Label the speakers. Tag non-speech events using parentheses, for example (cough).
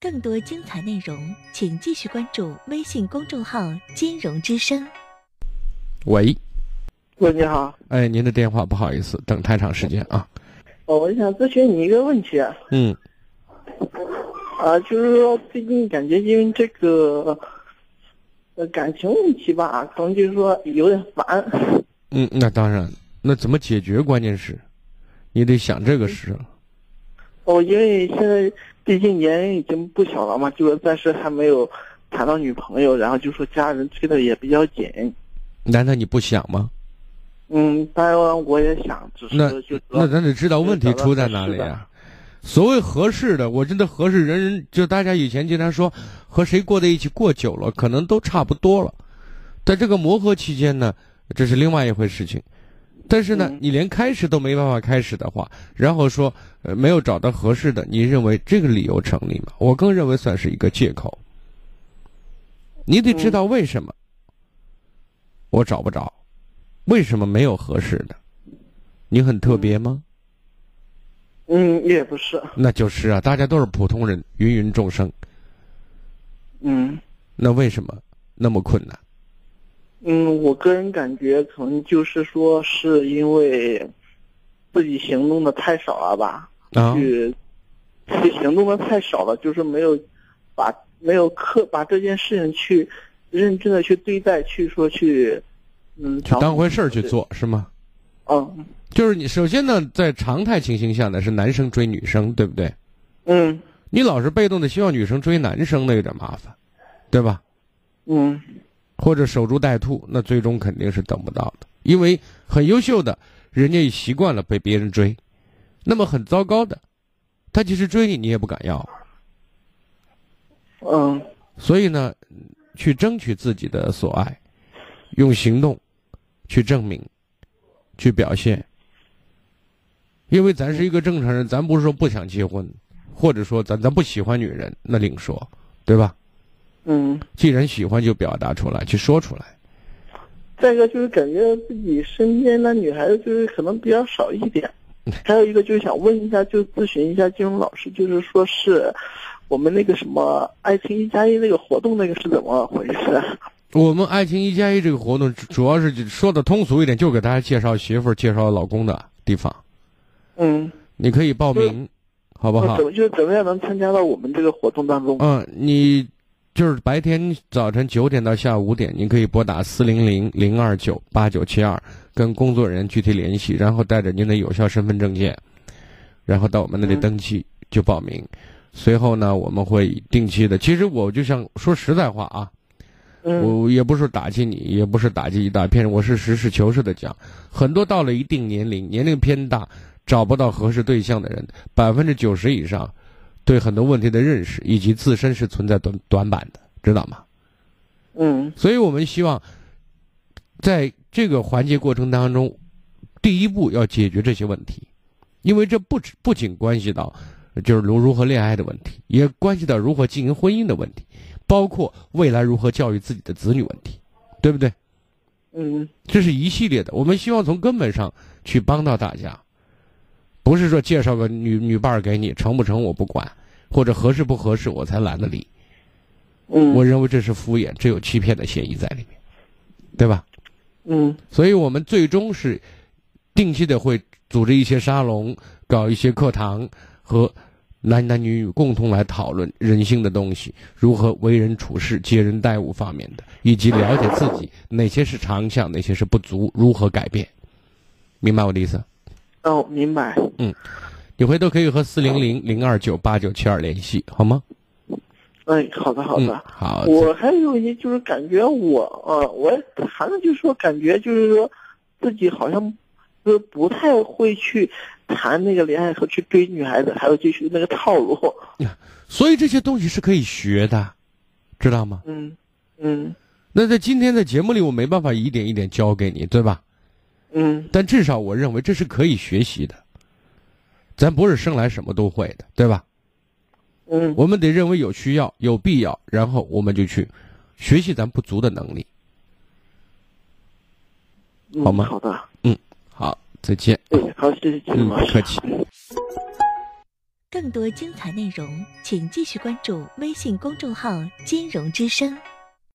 Speaker 1: 更多精彩内容，请继续关注微信公众号“金融之声
Speaker 2: 喂，
Speaker 3: 喂，你好，
Speaker 2: 哎，您的电话不好意思，等太长时间啊。
Speaker 3: 哦，我想咨询你一个问题啊，
Speaker 2: 嗯，
Speaker 3: 就是说最近感觉因为这个呃感情问题吧，可能就是说有点烦。
Speaker 2: 嗯，那当然，那怎么解决？关键是，你得想这个事。
Speaker 3: 哦，因为现在毕竟年龄已经不小了嘛，就是暂时还没有谈到女朋友，然后就说家人催的也比较紧。
Speaker 2: 难道你不想吗？
Speaker 3: 嗯，当然我也想，只是
Speaker 2: 那
Speaker 3: 就是
Speaker 2: 那
Speaker 3: 说，
Speaker 2: 咱得知道问题出在哪里
Speaker 3: 找到合
Speaker 2: 啊。所谓合适的，我觉得合适人人就大家以前经常说，和谁过在一起过久了，可能都差不多了。在这个磨合期间呢，这是另外一回事情。但是呢，
Speaker 3: 嗯
Speaker 2: 你连开始都没办法开始的话，然后说呃没有找到合适的，你认为这个理由成立吗？我更认为算是一个借口。你得知道为什么
Speaker 3: 嗯
Speaker 2: 我找不着，为什么没有合适的？你很特别吗？
Speaker 3: 嗯，也不是，
Speaker 2: 那就是啊，大家都是普通人，芸芸众生。
Speaker 3: 嗯
Speaker 2: 那为什么那么困难？
Speaker 3: 嗯，我个人感觉可能就是说是因为自己行动的太少了吧。
Speaker 2: 啊，
Speaker 3: 去去行动的太少了，就是没有把没有刻把这件事情去认真的去对待，去说去嗯
Speaker 2: 去当回事儿去。做是吗？
Speaker 3: 嗯
Speaker 2: 就是你首先呢，在常态情形下呢，是男生追女生，对不对？
Speaker 3: 嗯
Speaker 2: 你老是被动的希望女生追男生，那有点麻烦，对吧？
Speaker 3: 嗯
Speaker 2: 或者守株待兔，那最终肯定是等不到的，因为很优秀的人家也习惯了被别人追，那么很糟糕的，他即使追你，你也不敢要。
Speaker 3: 嗯
Speaker 2: 所以呢，去争取自己的所爱，用行动去证明，去表现。因为咱是一个正常人，咱不是说不想结婚，或者说咱咱不喜欢女人，那另说，对吧？
Speaker 3: 嗯。
Speaker 2: 既然喜欢，就表达出来，去说出来。
Speaker 3: 再一个就是感觉自己身边的女孩子就是可能比较少一
Speaker 2: (laughs)
Speaker 3: 点，还有一个就是想问一下，就咨询一下金融老师，就是说是我们那个什么爱情一加一那个活动那个是怎么回事啊？
Speaker 2: 我们爱情一加一这个活动，主主要是说的通俗一点，就给大家介绍媳妇儿、介绍老公的地方，
Speaker 3: 嗯。
Speaker 2: 你可以报名，好不
Speaker 3: 那
Speaker 2: 好
Speaker 3: 怎？么就是怎么样能参加到我们这个活动当中？
Speaker 2: 嗯，你就是白天早晨九点到下午五点，你可以拨打四零零零二九八九七二，跟工作人员具体联系，然后带着您的有效身份证件，然后到我们那里
Speaker 3: 嗯
Speaker 2: 登记、就报名。随后呢，我们会定期的。其实我就想说实在话啊，
Speaker 3: 嗯
Speaker 2: 我也不是打击你，也不是打击一大片人，我是实事求是的讲，很多到了一定年龄，年龄偏大，找不到合适对象的人，百分之九十以上，对很多问题的认识以及自身是存在短短板的，知道吗？
Speaker 3: 嗯
Speaker 2: 所以我们希望，在这个环节过程当中，第一步要解决这些问题，因为这不只不仅关系到就是如如何恋爱的问题，也关系到如何经营婚姻的问题，包括未来如何教育自己的子女问题，对不对？
Speaker 3: 嗯
Speaker 2: 这是一系列的，我们希望从根本上去帮到大家，不是说介绍个女女伴儿给你，成不成我不管，或者合适不合适我才懒得理。
Speaker 3: 嗯，
Speaker 2: 我认为这是敷衍，这有欺骗的嫌疑在里面，对吧？
Speaker 3: 嗯
Speaker 2: 所以我们最终是定期的会组织一些沙龙，搞一些课堂和男男女女共同来讨论人性的东西，如何为人处事、接人待物方面的，以及了解自己哪些是长项，哪些是不足，如何改变。明白我的意思？
Speaker 3: 哦，明白。
Speaker 2: 你回头可以和四零零零二九八九七二联系，好吗？
Speaker 3: 哎，好的好
Speaker 2: 嗯
Speaker 3: 的。
Speaker 2: 好。
Speaker 3: 我还有一就是感觉我呃，我也谈的就是说感觉就是说自己好像就是不太会去谈那个恋爱和去追女孩子，还有就是那个套路。
Speaker 2: 所以这些东西是可以学的，知道吗？
Speaker 3: 嗯嗯
Speaker 2: 那在今天的节目里，我没办法一点一点教给你，对吧？
Speaker 3: 嗯
Speaker 2: 但至少我认为这是可以学习的。咱不是生来什么都会的，对吧？
Speaker 3: 嗯
Speaker 2: 我们得认为有需要、有必要，然后我们就去学习咱不足的能力。
Speaker 3: 嗯，
Speaker 2: 好吗
Speaker 3: 好的，
Speaker 2: 好，再见。
Speaker 3: 哎，好，谢谢金
Speaker 2: 嗯
Speaker 3: 老，师。
Speaker 2: 不客气。
Speaker 1: 更多精彩内容，请继续关注微信公众号“金融之声”。